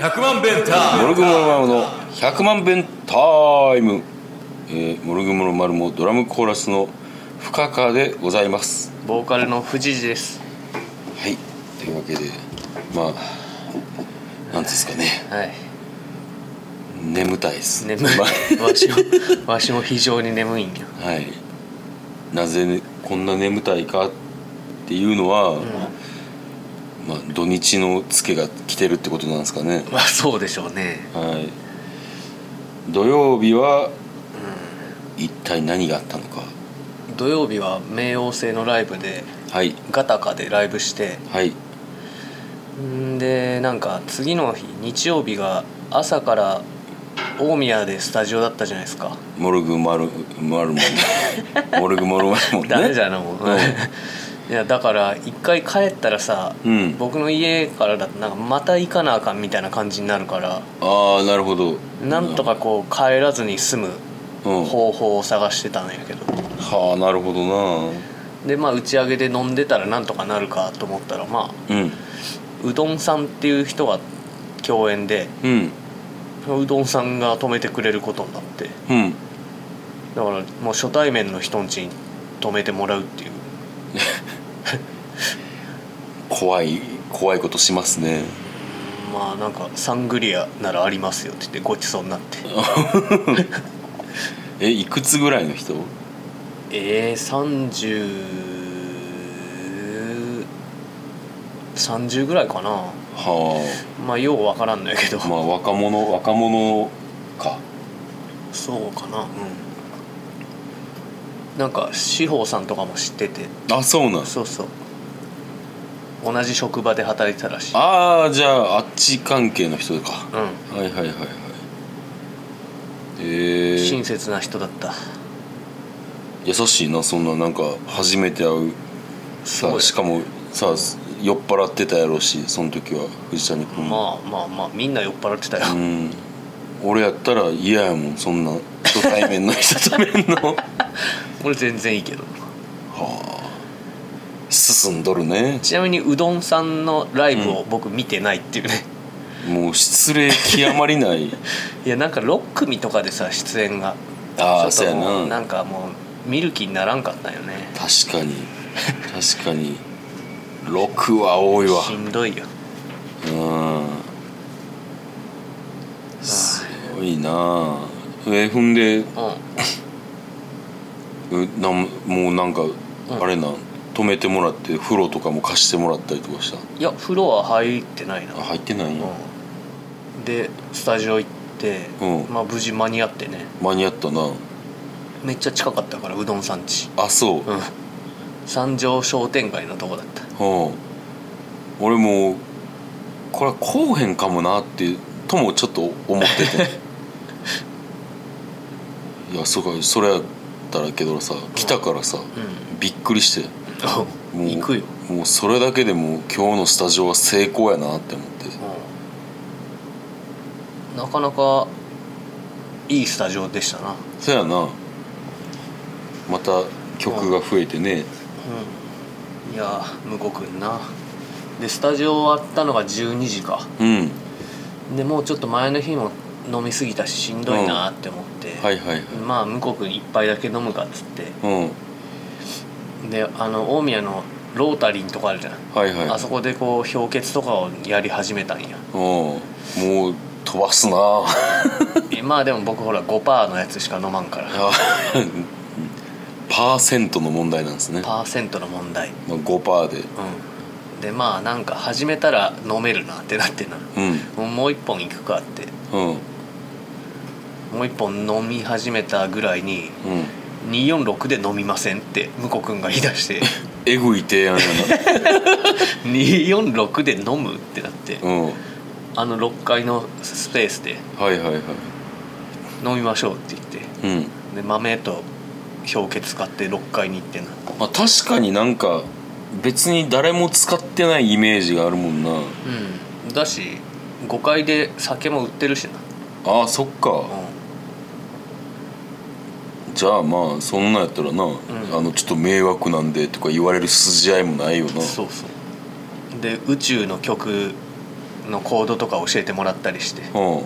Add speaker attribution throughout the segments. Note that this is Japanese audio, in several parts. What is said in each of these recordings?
Speaker 1: 100万弁タ
Speaker 2: モルグモルマルモの100万弁タイム、えーモルグモルマルモドラムコーラスの深川でございます
Speaker 3: ボーカルの藤井です
Speaker 2: はいというわけでまあなんですかね
Speaker 3: はい
Speaker 2: 眠たいです
Speaker 3: 眠いわしもわしも非常に眠いんや
Speaker 2: まあはいなぜ、こんな眠たいかっていうのは、まあ土日のツケが来てるってことなんですかね
Speaker 3: まあそうでしょうね
Speaker 2: はい土曜日は、一体何があったのか
Speaker 3: 土曜日は冥王星のライブで
Speaker 2: はい
Speaker 3: ガタカでライブして
Speaker 2: はい
Speaker 3: んでなんか次の日日曜日が朝から大宮でスタジオだったじゃないですか
Speaker 2: モルグマルマルモンモルグモルマルモンね
Speaker 3: ダメじゃなもう、
Speaker 2: うん
Speaker 3: いやだから一回帰ったらさ、
Speaker 2: うん
Speaker 3: 僕の家からだとなんかまた行かなあかんみたいな感じになるから
Speaker 2: ああなるほど
Speaker 3: なんとかこう帰らずに済む
Speaker 2: うんは
Speaker 3: 方法を探してたんやけど
Speaker 2: あなるほど
Speaker 3: でまあ打ち上げで飲んでたらなんとかなるかと思ったらまあ
Speaker 2: なうん
Speaker 3: うどんさんっていう人が共演で
Speaker 2: うん
Speaker 3: うどんさんが止めてくれることになって
Speaker 2: うん
Speaker 3: だからもう初対面の人んちに止めてもらうっていう
Speaker 2: 怖い怖いことします ね
Speaker 3: まあなんかサングリアならありますよって言ってごちそうになって
Speaker 2: えいくつぐらいの人
Speaker 3: えー、3030ぐらいかな
Speaker 2: は
Speaker 3: まあようわからんのやけど、
Speaker 2: あまあ若者若者か
Speaker 3: そうかなうんなんか志保さんとかも知ってて
Speaker 2: あそうなん
Speaker 3: そうそう同じ職場で働いてたらしい
Speaker 2: ああじゃああっち関係の人か
Speaker 3: うん、
Speaker 2: はいはいはいはいえー
Speaker 3: 親、切な人だった
Speaker 2: 優しいなそんななんか初めて会う
Speaker 3: す
Speaker 2: さ
Speaker 3: ご
Speaker 2: あ
Speaker 3: い
Speaker 2: しかもさあ酔っ払ってたやろうしその時は藤谷君も、
Speaker 3: まあまあまあみんな酔っ払ってたよ、
Speaker 2: うん俺やったら嫌やもんそんな初対面の人とめ んのは
Speaker 3: 俺全然いいけど
Speaker 2: あ進んどるね
Speaker 3: ちなみにうどんさんのライブを僕見てないっていうね、
Speaker 2: もう失礼極まりない
Speaker 3: いやなんか6組とかでさ出演が
Speaker 2: ああ
Speaker 3: ち
Speaker 2: そう
Speaker 3: ょっ
Speaker 2: や
Speaker 3: ともう
Speaker 2: な
Speaker 3: なんかもう見る気にならんかったよね
Speaker 2: 確かに確かに6は多いわ
Speaker 3: しんどいよ
Speaker 2: うんすごいなあえ踏んで
Speaker 3: う
Speaker 2: うなんもうなんか、
Speaker 3: ん
Speaker 2: あれなん止めてもらって風呂とかも貸してもらったりとかした
Speaker 3: んいや風呂は入ってないな
Speaker 2: あ入ってないんや、
Speaker 3: うんでスタジオ行って、
Speaker 2: うん
Speaker 3: まあ、無事間に合ってね
Speaker 2: 間に合ったな
Speaker 3: めっちゃ近かったからうどんさんち
Speaker 2: あそう、
Speaker 3: うん三条商店街のとこだった
Speaker 2: うん俺もうこれはこうへんかもなってともちょっと思って ていやそうかそれやったらけどさ来たからさ、
Speaker 3: う
Speaker 2: びっくりしても
Speaker 3: ん
Speaker 2: う
Speaker 3: 行くよ、
Speaker 2: もうそれだけでもう今日のスタジオは成功やなって思って
Speaker 3: うん、なかなかいいスタジオでしたな、
Speaker 2: そやなまた曲が増えてね、
Speaker 3: いやー向こうくんなでスタジオ終わったのが12時か
Speaker 2: うん
Speaker 3: でもうちょっと前の日も飲み過ぎたししんどいなーって思って、
Speaker 2: はいはいはい
Speaker 3: まあ向こうくん一杯だけ飲むかっつって
Speaker 2: うん
Speaker 3: であの大宮のロータリーのとこあるじゃん、
Speaker 2: はいはい
Speaker 3: あそこでこう氷結とかをやり始めたんや
Speaker 2: うんもう飛ばすな あ
Speaker 3: えまあでも僕ほら5%のやつしか飲まんから
Speaker 2: パーセントの問題なんですね、ま
Speaker 3: パーセントの問題
Speaker 2: あ、5%で
Speaker 3: うんでまあなんか始めたら飲めるなってなってな
Speaker 2: うん
Speaker 3: もうもう一本行くかって
Speaker 2: うん
Speaker 3: もう一本飲み始めたぐらいに
Speaker 2: うん
Speaker 3: 246で飲みませんって向こう君が言い出して
Speaker 2: えぐい提案や
Speaker 3: 246で飲むってなって
Speaker 2: なうんは
Speaker 3: あの6階のスペースで
Speaker 2: いはいはい
Speaker 3: 飲みましょうって言って
Speaker 2: うん
Speaker 3: で豆と氷結買って6階に行ってな
Speaker 2: まあ確かになんか別に誰も使ってないイメージがあるもんな
Speaker 3: うんだし5階で酒も売ってるしな
Speaker 2: ああそっか
Speaker 3: う
Speaker 2: じゃあまあそんなんやったらな、あのちょっと迷惑なんでとか言われる筋合いもないよなん
Speaker 3: そうそうで宇宙の曲のコードとか教えてもらったりして
Speaker 2: う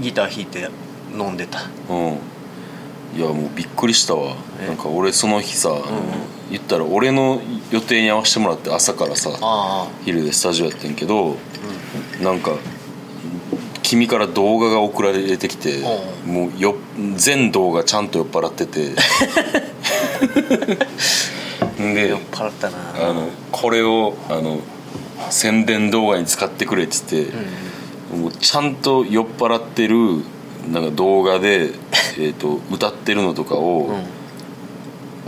Speaker 2: ん
Speaker 3: ギター弾いて飲んでた
Speaker 2: うんいやもうびっくりしたわ
Speaker 3: え
Speaker 2: なんか俺その日さ、言ったら俺の予定に合わせてもらって朝からさ
Speaker 3: あ
Speaker 2: 昼でスタジオやってんけど、なんか君から動画が送られてきて、
Speaker 3: う
Speaker 2: もうよ全動画ちゃんと酔っ払って てん
Speaker 3: あ
Speaker 2: で
Speaker 3: 酔っ払ったな
Speaker 2: あのこれをあの宣伝動画に使ってくれっつって、もうちゃんと酔っ払ってるなんか動画で、 えー、と歌ってるのとか
Speaker 3: う
Speaker 2: を
Speaker 3: ん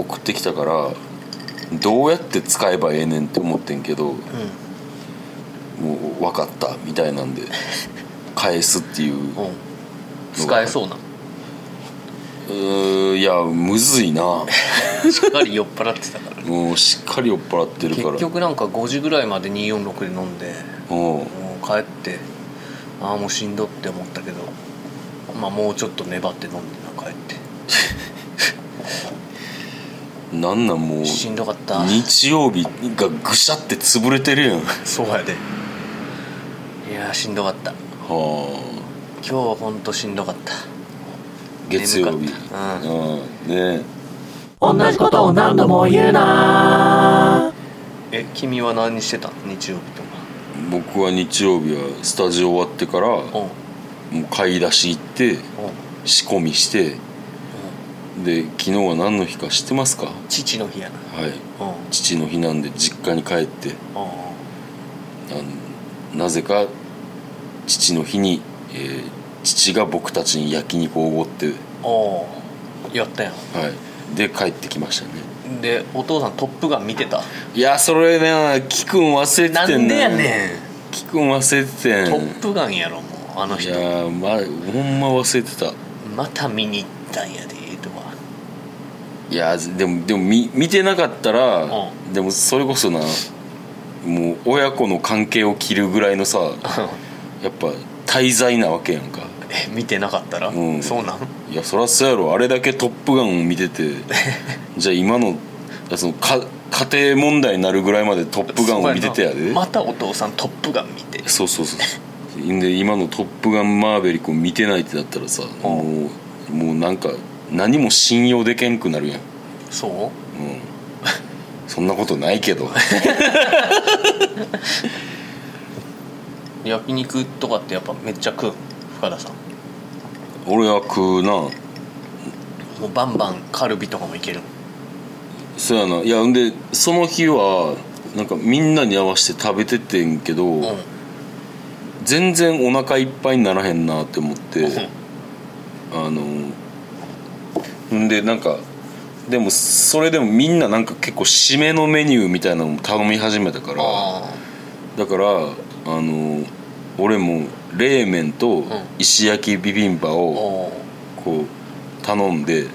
Speaker 2: 送ってきたから、どうやって使えばええねんって思ってんけど、もう分かったみたい なんで返すっていう
Speaker 3: うん、うん、使え そうな
Speaker 2: うーいやむずいな
Speaker 3: しっかり酔っ払ってたから
Speaker 2: もうしっかり酔っ払ってるから
Speaker 3: 結局なんか5時ぐらいまで246で飲んで
Speaker 2: うん
Speaker 3: もう帰ってああもうしんどって思ったけどまあもうちょっと粘って飲んでな帰って
Speaker 2: なんなんもう
Speaker 3: しんどかった
Speaker 2: 日曜日がぐしゃって潰れてるやんは
Speaker 3: そうやでいやーしんどかった
Speaker 2: あ
Speaker 3: 今日はほんとしんどかった
Speaker 2: 月曜日
Speaker 3: 眠かった
Speaker 2: うんね
Speaker 4: 同じことを何度も言うな
Speaker 3: え君は何してたの日曜日とか
Speaker 2: 僕は日曜日はスタジオ終わってから
Speaker 3: うん
Speaker 2: もう買い出し行って
Speaker 3: うん
Speaker 2: 仕込みしてで昨日は何の日か知ってますかは
Speaker 3: 父の日やないうんうん
Speaker 2: 父の日なんで実家に帰ってあのなぜか父の日に、えー父が僕たちに焼肉をおごって、は
Speaker 3: おやったや
Speaker 2: い、で帰ってきましたね
Speaker 3: んでお父さん「トップガン」見てた
Speaker 2: いやそれねキくん忘れて
Speaker 3: な
Speaker 2: て
Speaker 3: ん
Speaker 2: ん
Speaker 3: でやね
Speaker 2: キくん忘れてて
Speaker 3: ん「
Speaker 2: ん
Speaker 3: トップガン」やろもうあの
Speaker 2: い
Speaker 3: 人
Speaker 2: やー、まあ、ほんま忘れてた
Speaker 3: また見に行ったんやでとか
Speaker 2: いやーでもでも見見てなかったら、
Speaker 3: う
Speaker 2: でもそれこそなもう親子の関係を切るぐらいのさやっぱ滞在なわけやんか
Speaker 3: え見てなかったら、
Speaker 2: うん
Speaker 3: そうなん
Speaker 2: いやそらそうやろあれだけ「トップガン」を見て てじゃあ今のそのか家庭問題になるぐらいまで「トップガン」を見ててや
Speaker 3: そう
Speaker 2: で
Speaker 3: なまたお父さん「トップガン」見て
Speaker 2: そうそうそうそうで今の「トップガンマーヴェリック」を見てないってなったらさ、もうもうなんか何も信用でけんくなるやん
Speaker 3: そう
Speaker 2: うん、そんなことないけ ど
Speaker 3: 焼肉とかってやっぱめっちゃ食う深田さん
Speaker 2: 俺は食うな
Speaker 3: もうバンバンカルビとかもいける
Speaker 2: そうやないやんでその日はなんかみんなに合わせて食べててんけど、
Speaker 3: うん
Speaker 2: 全然お腹いっぱいにならへんなって思って、あのんでなんかでもそれでもみんななんか結構締めのメニューみたいなのも頼み始めたから
Speaker 3: あ
Speaker 2: だからあの俺も冷麺と石焼きビビンバを、
Speaker 3: あお
Speaker 2: こう頼んで、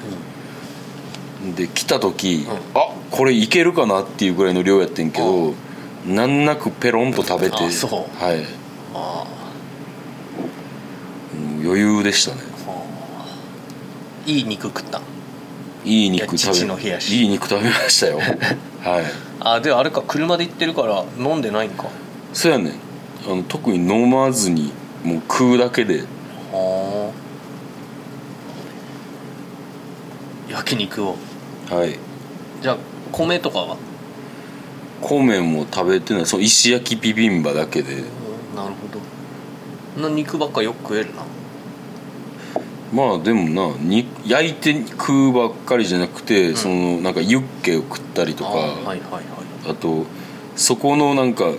Speaker 2: で来た時、あこれいけるかなっていうぐらいの量やってんけど、難なくペロンと食べて
Speaker 3: あそう
Speaker 2: はい
Speaker 3: あ
Speaker 2: もう余裕でしたね
Speaker 3: いい肉食ったん
Speaker 2: いい
Speaker 3: いや
Speaker 2: 肉食べ
Speaker 3: 父の日やし
Speaker 2: いい肉食べました よはい
Speaker 3: あであれか車で行ってるから飲んでないんか
Speaker 2: そうやねんあの特に飲まずにもう食うだけで
Speaker 3: はあ焼肉を
Speaker 2: はい
Speaker 3: じゃあ米とかは
Speaker 2: 米も食べてないその石焼きビビンバだけで
Speaker 3: なるほどそんな肉ばっかよく食えるな
Speaker 2: まあでもなに焼いて食うばっかりじゃなくて、そのなんかユッケを食ったりと
Speaker 3: あ
Speaker 2: か
Speaker 3: あはいはいはい
Speaker 2: あとそこのなんか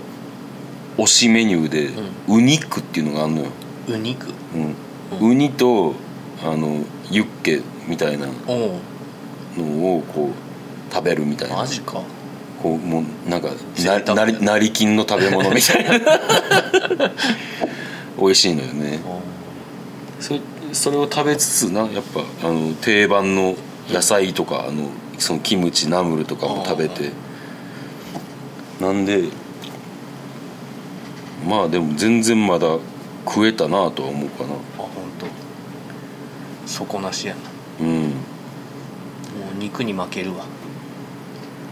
Speaker 2: 推しメニューで、ウニックっていうのがあるのよ、
Speaker 3: お肉
Speaker 2: うん
Speaker 3: うん
Speaker 2: ウニとあのユッケみたいな
Speaker 3: おお
Speaker 2: のをこう食べるみたいな
Speaker 3: マジか
Speaker 2: こうもうなんか
Speaker 3: 贅
Speaker 2: な
Speaker 3: 沢
Speaker 2: なり成金の食べ物みたい な美味しいのよねそそれを食べつつなやっぱあの定番の野菜とかあのそのキムチナムルとかも食べてなんでまあでも全然まだ食えたなとは思うかな
Speaker 3: あ本当。底なしやな
Speaker 2: うん
Speaker 3: もう肉に負けるわ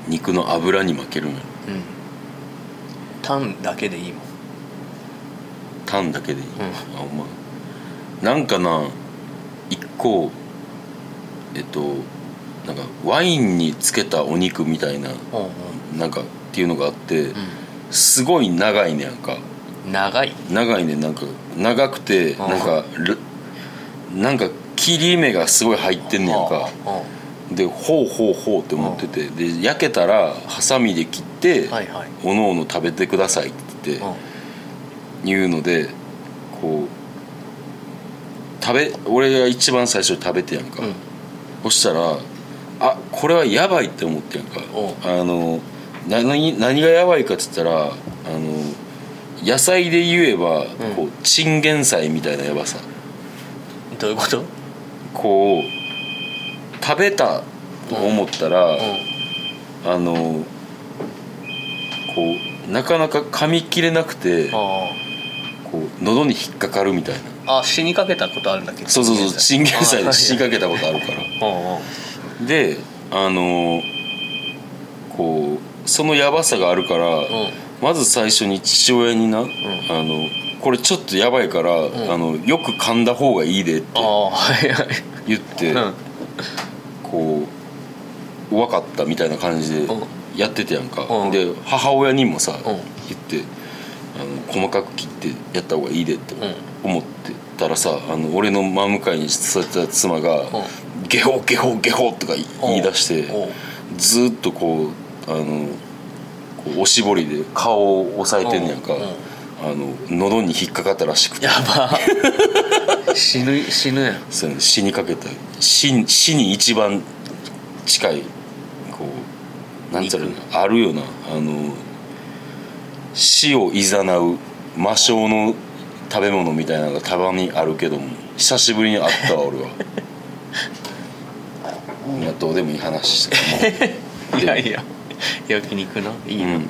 Speaker 2: 肉の脂に負けるんや
Speaker 3: うんタンだけでいいもん
Speaker 2: タンだけでいい、
Speaker 3: ん
Speaker 2: あお前なんかな一個えっとなんかワインにつけたお肉みたいな
Speaker 3: うん
Speaker 2: なんかっていうのがあって、
Speaker 3: う
Speaker 2: すごい長いねやんか
Speaker 3: ん長い
Speaker 2: 長いねなんか長くて
Speaker 3: ああ
Speaker 2: なんかルなんか切り目がすごい入ってんねやんか
Speaker 3: あ
Speaker 2: でほうほうほうって思っててで焼けたらハサミで切って、
Speaker 3: あはいはい
Speaker 2: おのおの食べてくださいって言って、
Speaker 3: う
Speaker 2: いうのでこう食べ俺が一番最初に食べてやんか、
Speaker 3: んうん
Speaker 2: そしたらあこれはやばいって思ってやんか
Speaker 3: おう
Speaker 2: あのな何何がやばいかっつったらあの野菜で言えば、
Speaker 3: ん
Speaker 2: こうチンゲン菜みたいなやばさ
Speaker 3: どういうこと
Speaker 2: こう食べたと思ったら、
Speaker 3: う
Speaker 2: あのこうなかなか噛み切れなくて、
Speaker 3: んあ
Speaker 2: こう喉に引っかかるみたいな
Speaker 3: ああ死にかけたことあるんだけど
Speaker 2: そうそうそうチンゲン菜で死にか
Speaker 3: け
Speaker 2: けたことあるから
Speaker 3: たうんうん
Speaker 2: であのこうそのやばさがあるから、まず最初に父親にな、あのこれちょっとやばいから、あのよく噛んだ方がいいでって
Speaker 3: ああはいはい
Speaker 2: 言って、
Speaker 3: うん
Speaker 2: こう分かったみたいな感じで
Speaker 3: うん
Speaker 2: やっててやんか、
Speaker 3: うん
Speaker 2: で母親にもさ、
Speaker 3: うん
Speaker 2: 言ってあの細かく切ってやった方がいいでって思ってたらさあの俺の真向かいに座ってた妻が「ゲホゲホゲホ」とか言い言い出して
Speaker 3: おう
Speaker 2: ずーっとこうあのこうおしぼりで顔を押さえてんねやんか
Speaker 3: うんうん
Speaker 2: あの喉に引っかかったらしくて
Speaker 3: やば死ぬ死ぬやん
Speaker 2: その死にかけた死に死に一番近いこうなんつうのあるよなあの死をいざなう魔性の食べ物みたいなのがたまにあるけども久しぶりに会ったわ俺 はいやどうでもいい話してたもう
Speaker 3: いやいや焼肉ないい
Speaker 2: で
Speaker 3: な、
Speaker 2: うん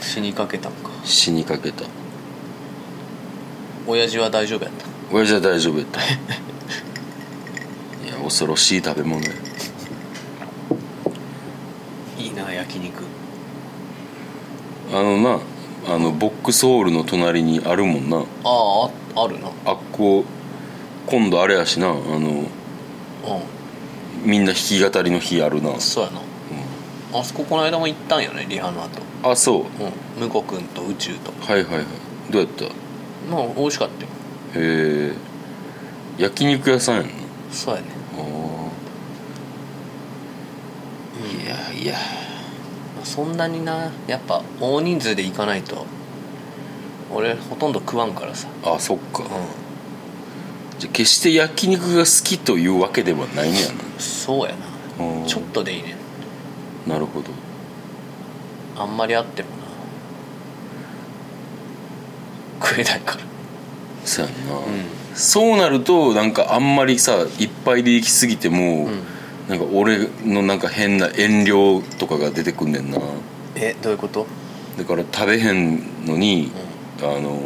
Speaker 3: 死にかけたんか
Speaker 2: 死にかけた
Speaker 3: 親父は大丈夫やった
Speaker 2: 親父は大丈夫やった いや恐ろしい食べ物や
Speaker 3: いいな焼肉
Speaker 2: あのなあのボックスホールの隣にあるもんな
Speaker 3: ああああるな
Speaker 2: あっこ今度あれやしなあの
Speaker 3: う
Speaker 2: みんな弾き語りの日あるなん
Speaker 3: そうやな、あそここの間も行ったんよねリハの後
Speaker 2: あそう
Speaker 3: うん向こう君と宇宙と
Speaker 2: はいはいはいどうやったへ
Speaker 3: まあ美味しかったよ
Speaker 2: え焼肉屋さんやんな
Speaker 3: そうやね
Speaker 2: あーいやいや
Speaker 3: そんなになやっぱ大人数で行かないと俺ほとんど食わんからさ
Speaker 2: あそっか
Speaker 3: う
Speaker 2: じゃあ決して焼肉が好きというわけではないんや
Speaker 3: んそうや
Speaker 2: うん
Speaker 3: なちょっとでいいねん
Speaker 2: ななるほど
Speaker 3: あんまりあってもな食えないから
Speaker 2: そうやんな、
Speaker 3: ん
Speaker 2: そうなるとなんかあんまりさいっぱいで行き過ぎても、
Speaker 3: ん
Speaker 2: なんか俺のなんか変な遠慮とかが出てくんねんな
Speaker 3: えどういうこと
Speaker 2: だから食べへんのに、あの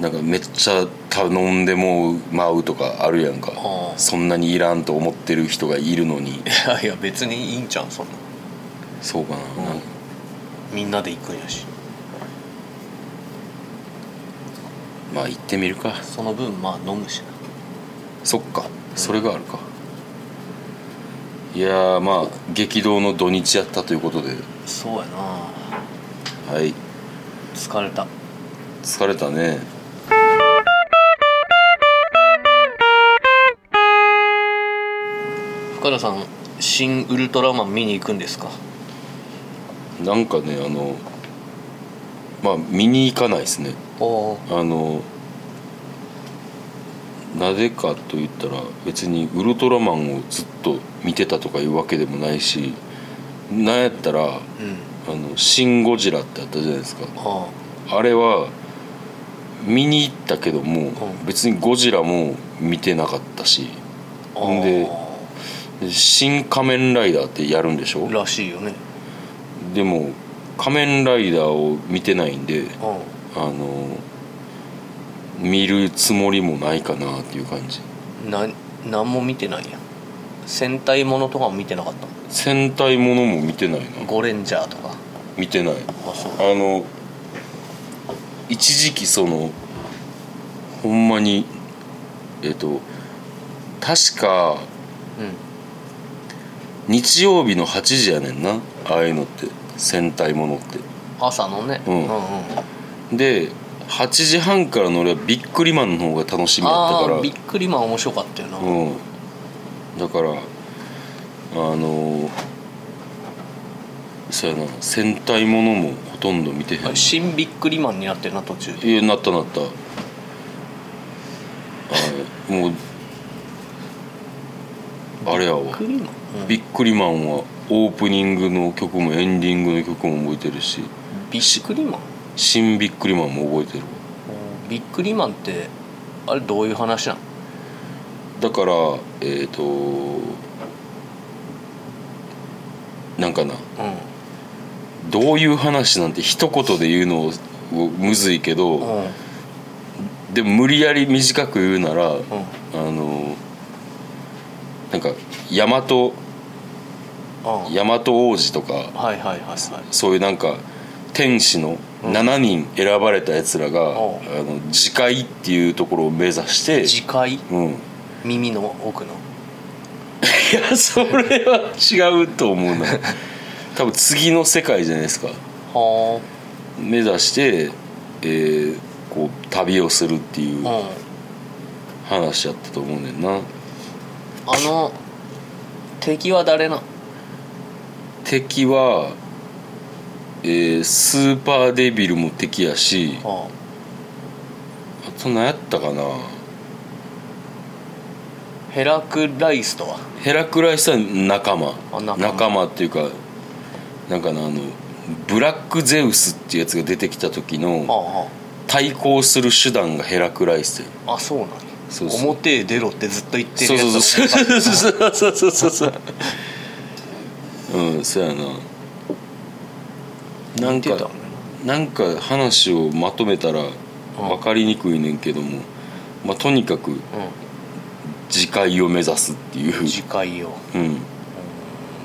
Speaker 2: なんかめっちゃ頼んでも舞うとかあるやんか
Speaker 3: ああ
Speaker 2: そんなにいらんと思ってる人がいるの に
Speaker 3: いやいや別にいいんちゃうそんな
Speaker 2: そうかな,、なんか
Speaker 3: みんなで行くんやし
Speaker 2: まあ行ってみるか
Speaker 3: その分まあ飲むしな
Speaker 2: そっかそれがあるか、いやーまあ激動の土日やったということで
Speaker 3: そうやな
Speaker 2: はい
Speaker 3: 疲れた
Speaker 2: 疲れたね
Speaker 3: 深田さん新ウルトラマン見に行くんですか
Speaker 2: なんかねあのまあ見に行かないですね
Speaker 3: おお
Speaker 2: あのなぜかと言ったら別にウルトラマンをずっと見てたとかいうわけでもないしなんやったら「
Speaker 3: うん
Speaker 2: あのシン・ゴジラ」ってあったじゃないですか
Speaker 3: あ
Speaker 2: あれは見に行ったけども、
Speaker 3: ん
Speaker 2: 別にゴジラも見てなかったし
Speaker 3: あ
Speaker 2: ほんで
Speaker 3: あ
Speaker 2: 「新仮面ライダー」ってやるんでしょ
Speaker 3: あらしいよね
Speaker 2: でも「仮面ライダー」を見てないんで
Speaker 3: うん
Speaker 2: あの見るつもりもないかなっていう感じ
Speaker 3: なん何も見てないやん戦隊ものとかも見てなかった
Speaker 2: 戦隊ものも見てないな
Speaker 3: ゴレンジャーとか
Speaker 2: 見てない
Speaker 3: あそう
Speaker 2: あの一時期そのほんまにえっと確か
Speaker 3: うん
Speaker 2: 日曜日の8時やねんなああいうのって戦隊ものって
Speaker 3: 朝のね、
Speaker 2: うん
Speaker 3: うんうん
Speaker 2: で8時半からの俺はビックリマンの方が楽しみやった
Speaker 3: あ
Speaker 2: から
Speaker 3: あーびっくりマン面白かったよな、
Speaker 2: うん、だからあのそうやな戦隊ものもほとんど見てへん
Speaker 3: あ新びっくりマンになってるな途中で
Speaker 2: えなったなったあれもうあれや
Speaker 3: びっ
Speaker 2: わ
Speaker 3: くりマン、うん
Speaker 2: ビックリマンはオープニングの曲もエンディングの曲も覚えてるし
Speaker 3: びっくりマン
Speaker 2: 新ビックリマンも覚えてるわ
Speaker 3: びっくりマンってあれどういう話なの
Speaker 2: だからえっ、となんかなどういう話なんて一言で言うのむずいけど、
Speaker 3: うんうん
Speaker 2: でも無理やり短く言うなら、
Speaker 3: うん
Speaker 2: あのなんか大和大
Speaker 3: あ
Speaker 2: 和王子とか
Speaker 3: はいはいはいはい
Speaker 2: そういうなんか天使の7人選ばれたやつらが、
Speaker 3: うん
Speaker 2: あの自戒っていうところを目指して、
Speaker 3: 次回
Speaker 2: うん、い
Speaker 3: 耳の奥の
Speaker 2: やそれは違うと思う な多分次の世界じゃないですか
Speaker 3: は
Speaker 2: 目指して、えーこう旅をするっていう
Speaker 3: あうん
Speaker 2: 話やったと思うねんな
Speaker 3: あの敵は誰な
Speaker 2: 敵は、えースーパーデビルも敵やしあ
Speaker 3: の
Speaker 2: と何やったかな
Speaker 3: ヘラクライスとは
Speaker 2: ヘラクライスは仲間
Speaker 3: あ仲間
Speaker 2: っていうかなんかなあのブラックゼウスっていうやつが出てきた時の
Speaker 3: は
Speaker 2: 対抗する手段がヘラクライスや
Speaker 3: あああそうなんや
Speaker 2: そうそう
Speaker 3: 表へ出ろってずっと言ってる
Speaker 2: そう
Speaker 3: やつ
Speaker 2: そうそう
Speaker 3: だもんな
Speaker 2: そうそうそうそうそううんそうやななん
Speaker 3: 見てた
Speaker 2: かなんか話をまとめたら分かりにくいねんけども、まあ、とにかく
Speaker 3: う
Speaker 2: 自戒を目指すってい
Speaker 3: ん
Speaker 2: う、
Speaker 3: 次回を
Speaker 2: うん、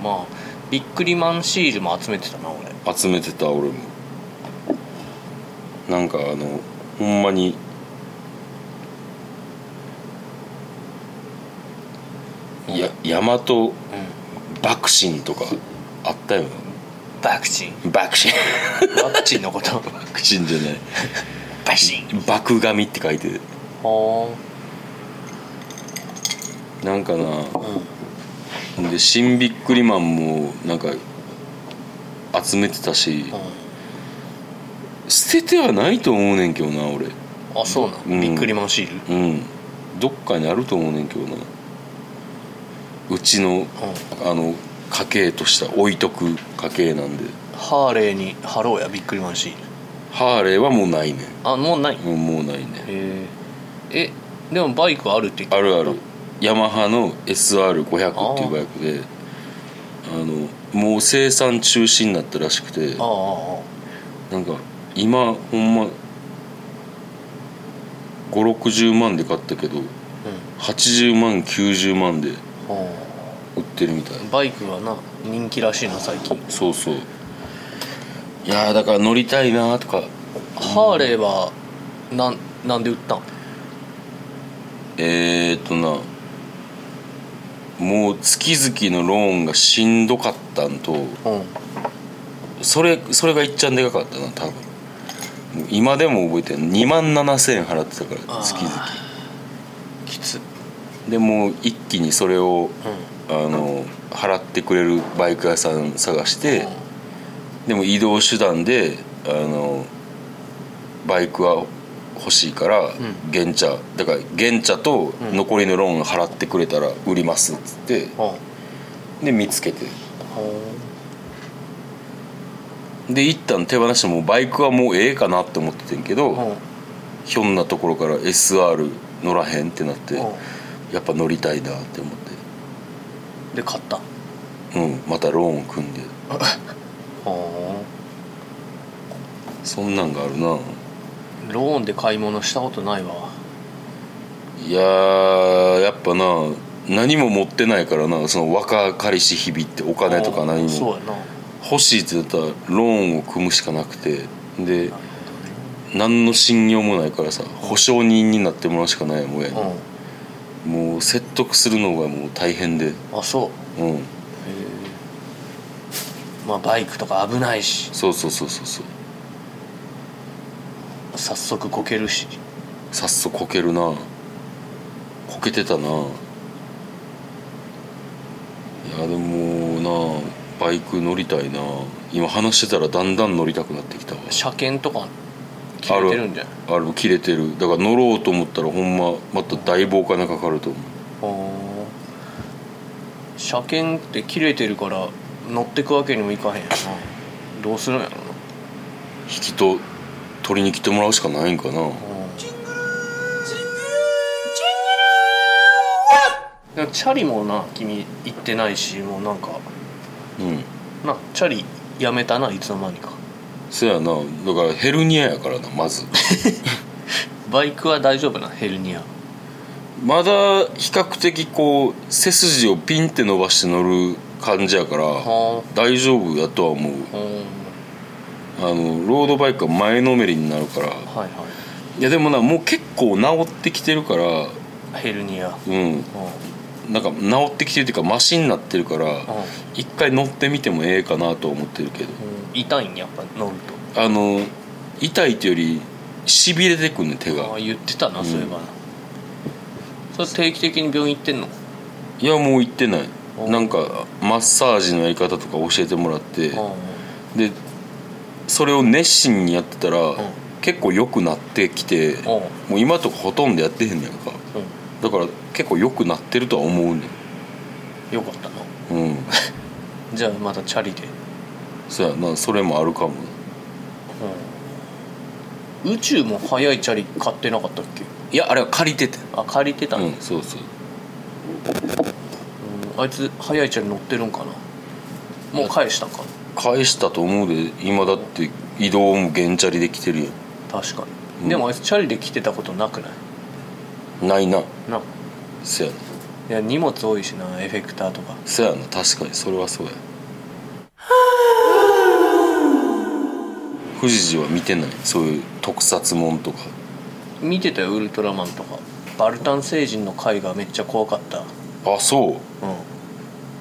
Speaker 3: まあビックリマンシールも集めてたな俺
Speaker 2: 集めてた俺もなんかあのほんまにや大和
Speaker 3: うん
Speaker 2: 爆心とかあったよな
Speaker 3: バクチン
Speaker 2: 爆心
Speaker 3: ワクチンのこと
Speaker 2: 爆心じゃない
Speaker 3: バシン
Speaker 2: 爆紙って書いて
Speaker 3: は
Speaker 2: なんかな
Speaker 3: あうん
Speaker 2: で新ビックリマンもなんか集めてたし捨ててはないと思うねんけどな俺
Speaker 3: あそうな
Speaker 2: うん
Speaker 3: んビックリマンシール
Speaker 2: うんどっかにあると思うねんけどなうちのあの家系とした置いとく家系なんで
Speaker 3: ハーレーに貼ろうやビックリマンシール
Speaker 2: ハーレーはもうないね
Speaker 3: あもうない
Speaker 2: んもうもうないね
Speaker 3: ええでもバイクあるって言って
Speaker 2: あるあるヤマハの SR500 っていうバイクであのもう生産中止になったらしくて
Speaker 3: あああ
Speaker 2: なんか今ほんま560万で買ったけど80万90万で
Speaker 3: あうんは
Speaker 2: 売ってるみたい
Speaker 3: あバイクはな人気らしいな最近
Speaker 2: そうそういやーだから乗りたいなーとか
Speaker 3: ハーレーはなんなんで売ったん
Speaker 2: えー、っとなもう月々のローンがしんどかったんと
Speaker 3: うん
Speaker 2: それそれがいっちゃんでかかったな多分もう今でも覚えてる2万7000円払ってたから月々
Speaker 3: きつ
Speaker 2: でもう一気にそれを
Speaker 3: う
Speaker 2: あの払ってくれるバイク屋さん探して
Speaker 3: ん
Speaker 2: でも移動手段であのバイクは欲しいから
Speaker 3: ん
Speaker 2: 原チャだから原チャと
Speaker 3: うん
Speaker 2: 残りのローン払ってくれたら売りますっつって
Speaker 3: うんは
Speaker 2: で見つけて
Speaker 3: あ
Speaker 2: で一旦手放してもうバイクはもうええかなって思っててんけど、
Speaker 3: うん
Speaker 2: ひょんなところから SR 乗らへんってなって、
Speaker 3: うん
Speaker 2: やっぱ乗りたいなって思っ
Speaker 3: で買った
Speaker 2: て、うん、またローンを組んで
Speaker 3: は
Speaker 2: そんなんがあるな
Speaker 3: あローンで買い物したことないわ
Speaker 2: いやーやっぱな何も持ってないからなその若かりし日々ってお金とか何
Speaker 3: そう
Speaker 2: も
Speaker 3: やな
Speaker 2: 欲しいって言ったらローンを組むしかなくてで何の信用もないからさ保証人になってもらうしかないもんやに、
Speaker 3: う
Speaker 2: もう説得するのがもう大変で
Speaker 3: んあそう
Speaker 2: うん
Speaker 3: まあバイクとか危ないし
Speaker 2: そうそうそうそうそう
Speaker 3: 早速こけるし
Speaker 2: さっそこけるなこけてたないやでもなバイク乗りたいな今話してたらだんだん乗りたくなってきたわ
Speaker 3: 車検とか切れてるんじゃない
Speaker 2: あれ切れてるだから乗ろうと思ったらほんままた大棒金かかると思
Speaker 3: あー車検って切れてるから乗ってくわけにもいかへんよなどうするんやろな
Speaker 2: う引きと取りに来てもらうしかないんかな
Speaker 3: でもチャリもな君行ってないしもうなんか
Speaker 2: うん
Speaker 3: なチャリやめたないつの間にか
Speaker 2: そやなだからヘルニアやからなまず
Speaker 3: バイクは大丈夫なヘルニア
Speaker 2: まだ比較的こう背筋をピンって伸ばして乗る感じやから
Speaker 3: は
Speaker 2: 大丈夫やとは思う
Speaker 3: あうん
Speaker 2: あのロードバイクは前のめりになるから
Speaker 3: はい
Speaker 2: いやでもなもう結構治ってきてるから
Speaker 3: はいヘルニア
Speaker 2: うん
Speaker 3: うんうん
Speaker 2: なんか治ってきてるっていうかマシになってるから一回乗ってみてもええかなとは思ってるけど
Speaker 3: 痛いんやっぱ乗ると
Speaker 2: あの痛いというよりしびれてくんねん手
Speaker 3: あ
Speaker 2: が
Speaker 3: あ言ってたな、そういえばなそれ定期的に病院行ってんの
Speaker 2: いやもう行ってない
Speaker 3: お
Speaker 2: なんかマッサージのやり方とか教えてもらってでそれを熱心にやってたら結構良くなってきて
Speaker 3: うん
Speaker 2: もう今とかほとんどやってへんねやんか
Speaker 3: う
Speaker 2: だから結構良くなってるとは思うねん
Speaker 3: んよかったな
Speaker 2: うん
Speaker 3: じゃあまたチャリで、
Speaker 2: そうやなそれもあるかも
Speaker 3: 宇宙も速いチャリ買ってなかったっけ
Speaker 2: いやあれは借りてて
Speaker 3: あ借りてた
Speaker 2: う
Speaker 3: の、
Speaker 2: んそうそう
Speaker 3: うんあいつ速いチャリ乗ってるんかなもう返したんか
Speaker 2: 返したと思うで今だって移動も原チャリできてるや
Speaker 3: 確かに、
Speaker 2: うん
Speaker 3: でもあいつチャリで来てたことなくない
Speaker 2: んないな
Speaker 3: な
Speaker 2: そやない
Speaker 3: や荷物多いしなエフェクターとか
Speaker 2: そやな確かにそれはそうや富士寺は見てないそういう特撮もんとか
Speaker 3: 見てたよウルトラマンとかバルタン星人の回がめっちゃ怖かった
Speaker 2: あそ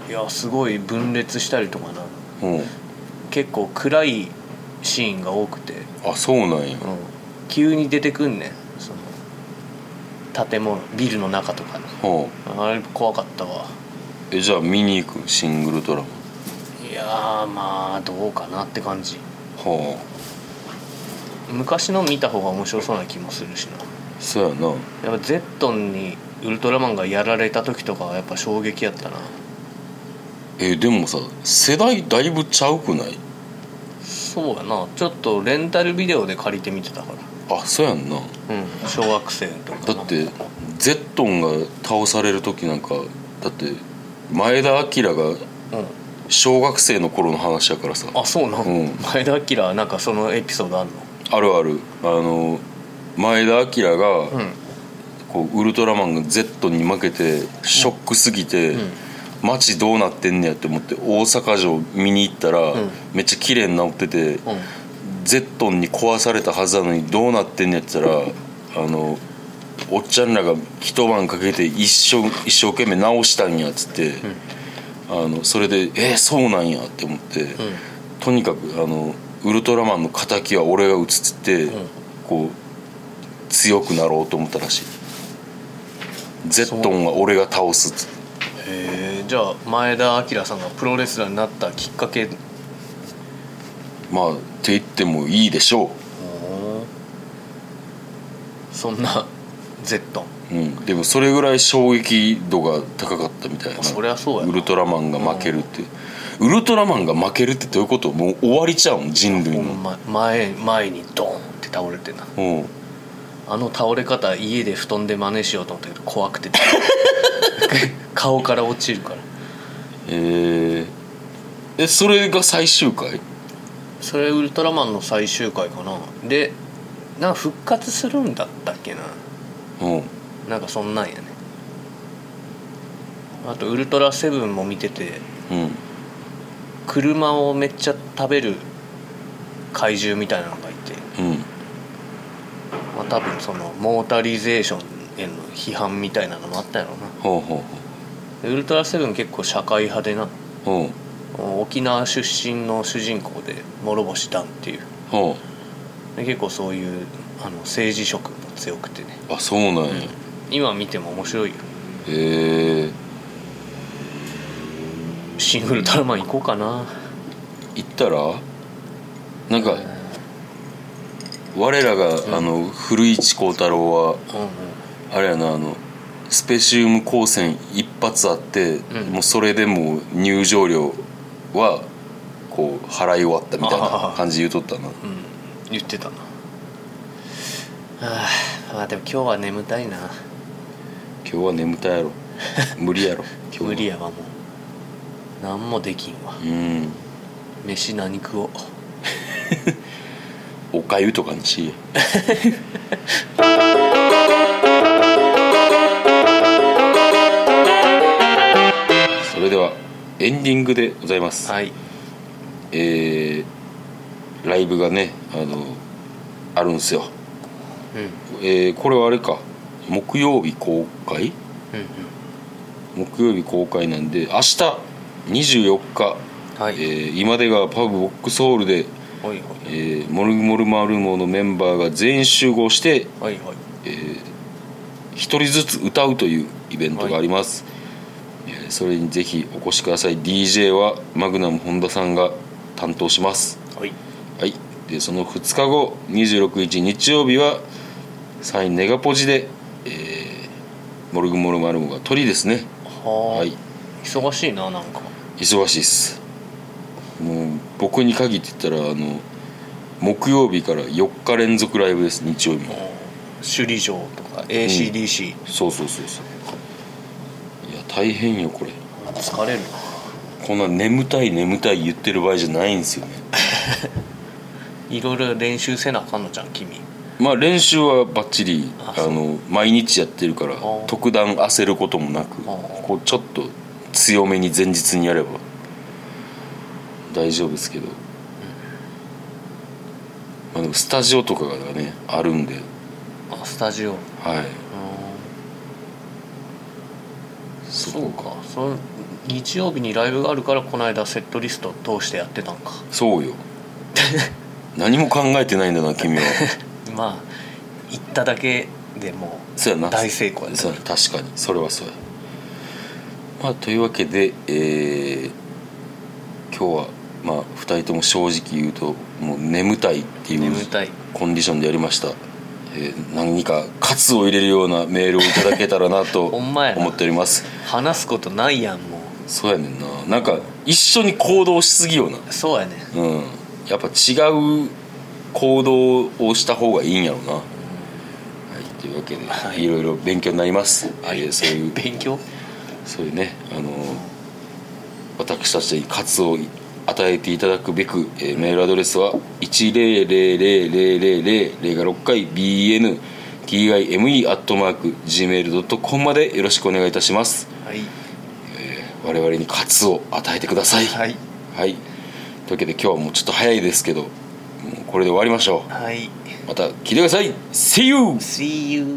Speaker 3: うんいやすごい分裂したりとかな
Speaker 2: ううん
Speaker 3: 結構暗いシーンが多くて、
Speaker 2: あそうなんや
Speaker 3: うん、急に出てくんねんその建物ビルの中とかに
Speaker 2: は
Speaker 3: あれ怖かったわ
Speaker 2: あえじゃあ見に行くシングルドラマ
Speaker 3: いやーまあどうかなって感じ
Speaker 2: は
Speaker 3: 昔の見た方が面白そうな気もするし
Speaker 2: あそやな
Speaker 3: なやっぱゼットンにウルトラマンがやられた時とかはやっぱ衝撃やったな
Speaker 2: えでもさ世代だいぶちゃうくない
Speaker 3: そうやなちょっとレンタルビデオで借りて見てたか
Speaker 2: あそうやんな
Speaker 3: らうん小学生とか
Speaker 2: だ
Speaker 3: な
Speaker 2: ってゼットンが倒される時なんかだって前田明が
Speaker 3: うん
Speaker 2: 小学生の頃の話やからさ
Speaker 3: あそうなん、
Speaker 2: うん
Speaker 3: 前田明はなんかそのエピソードあんの
Speaker 2: あるあるあの前田明が、
Speaker 3: ん
Speaker 2: こうウルトラマンが Z に負けてショックすぎて、
Speaker 3: ん
Speaker 2: 街どうなってんねやって思って大阪城見に行ったら、
Speaker 3: ん
Speaker 2: めっちゃ綺麗になってて、
Speaker 3: うん
Speaker 2: Z に壊されたはずなのにどうなってんねやって言ったらあのおっちゃんらが一晩かけて一生一生懸命直したんやっつって、あのそれで「えーそうなんや」って思って、とにかくあのウルトラマンの敵は俺が打つっつって、こう強くなろうと思ったらしい。ゼットンは俺が倒すっつって
Speaker 3: へえじゃあ前田明さんがプロレスラーになったきっかけ
Speaker 2: まあって言ってもいいでしょ
Speaker 3: そんな Z
Speaker 2: う、うん、でもそれぐらい衝撃度が高かったみたいな
Speaker 3: そりゃそうや
Speaker 2: ウ
Speaker 3: な
Speaker 2: ルトラマンが負けるって、ウルトラマンが負けるってどういうこともう終わりちゃうん人類
Speaker 3: ほ
Speaker 2: の、
Speaker 3: んま前前にドーンって倒れてな
Speaker 2: うん
Speaker 3: あの倒れ方家で布団で真似しようと思ったけど怖くて 顔から落ちるから
Speaker 2: えーえそれが最終回
Speaker 3: それウルトラマンの最終回かなでなんか復活するんだったっけな
Speaker 2: うん
Speaker 3: なんかそんなんやねあとウルトラセブンも見てて
Speaker 2: うん
Speaker 3: 車をめっちゃ食べる怪獣みたいなのがい
Speaker 2: う
Speaker 3: て、
Speaker 2: ん
Speaker 3: まあ、多分そのモータリゼーションへの批判みたいなのもあったやろうな
Speaker 2: ほうほう
Speaker 3: でウルトラセブン結構社会派でな
Speaker 2: ほうほう
Speaker 3: 沖縄出身の主人公で諸星団っていう
Speaker 2: ほ
Speaker 3: で結構そういうあの政治色も強くてね
Speaker 2: うあそうなんや、へ
Speaker 3: 今見ても面白いよ
Speaker 2: え
Speaker 3: シン・ウルトラマン行こうかな
Speaker 2: 行ったらなんか我らが、あの古市光太郎は
Speaker 3: うんうん
Speaker 2: あれやなあのスペシウム光線一発あって、
Speaker 3: ん
Speaker 2: もうそれでもう入場料はこう払い終わったみたいな感じで言うとったな
Speaker 3: うん言ってたなあーまあでも今日は眠たいな
Speaker 2: 今日は眠たいやろ無理やろ今日は
Speaker 3: 無理やわもう何もできんわ
Speaker 2: うん
Speaker 3: 飯何食おう
Speaker 2: おかゆとかにしいや それではエンディングでございます、
Speaker 3: はい
Speaker 2: えーライブがねあのあるんすよ
Speaker 3: うんうん
Speaker 2: えーこれはあれか木曜日公開
Speaker 3: う
Speaker 2: 木曜日公開なんで明日24日、
Speaker 3: んはい、
Speaker 2: えー今出川パブボックスホールで、
Speaker 3: おい
Speaker 2: えーモルグモルマルモのメンバーが全員集合して
Speaker 3: おいおいおい
Speaker 2: 一人ずつ歌うというイベントがあります、えーそれにぜひお越しください DJ はマグナム本田さんが担当します
Speaker 3: おい
Speaker 2: はい、でその2日後26日日曜日はサインネガポジで、えーモルグモルマルモが鳥ですね
Speaker 3: は
Speaker 2: は
Speaker 3: ーい
Speaker 2: い
Speaker 3: 忙しいななんか
Speaker 2: 忙しいっすもう僕に限って言ったらあの木曜日から4日連続ライブです日曜日
Speaker 3: もう首里城とか ACDC、
Speaker 2: そうそうそうそういや大変よこれ
Speaker 3: 疲れる
Speaker 2: こんな眠たい眠たい言ってる場合じゃないんですよね
Speaker 3: ないろいろ練習せなあかんのじゃん君
Speaker 2: まあ練習はバッチリ
Speaker 3: あ
Speaker 2: あ
Speaker 3: そう
Speaker 2: の毎日やってるから
Speaker 3: ー
Speaker 2: 特段焦ることもなく
Speaker 3: あー
Speaker 2: こうちょっと強めに前日にやれば大丈夫ですけど、まあ、でもスタジオとかがねあるんで
Speaker 3: あスタジオうん
Speaker 2: はい
Speaker 3: そうかその日曜日にライブがあるからこの間セットリスト通してやってたんか
Speaker 2: そう よ何も考えてないんだな君は
Speaker 3: まあ行っただけでも
Speaker 2: そうやな
Speaker 3: 大成功やね
Speaker 2: そうや確かにそれはそうやまあというわけで、えー今日はまあ2人とも正直言うともう眠たいっていう
Speaker 3: 眠たい
Speaker 2: コンディションでやりました、えー何か喝を入れるようなメールをいただけたらなと
Speaker 3: ほんまやな
Speaker 2: 思っております
Speaker 3: 話すことないやんも
Speaker 2: そうやねんななんか一緒に行動しすぎよな
Speaker 3: うそうやね
Speaker 2: うんやっぱ違う行動をした方がいいんやろうな、はい、というわけで、
Speaker 3: はい
Speaker 2: い、ろいろ勉強になります、えーそう いう
Speaker 3: 勉強
Speaker 2: そういうねあの私たちに活を与えていただくべく、えーメールアドレスは1000000が6回 bntime.gmail.com までよろしくお願いいたします
Speaker 3: はい
Speaker 2: 我々に活を与えてください
Speaker 3: はい
Speaker 2: はいというわけで今日はもうちょっと早いですけどもうこれで終わりましょ
Speaker 3: はい、
Speaker 2: うまた聞いてください See you!
Speaker 3: See you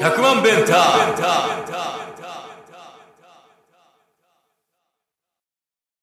Speaker 1: 100万ベンター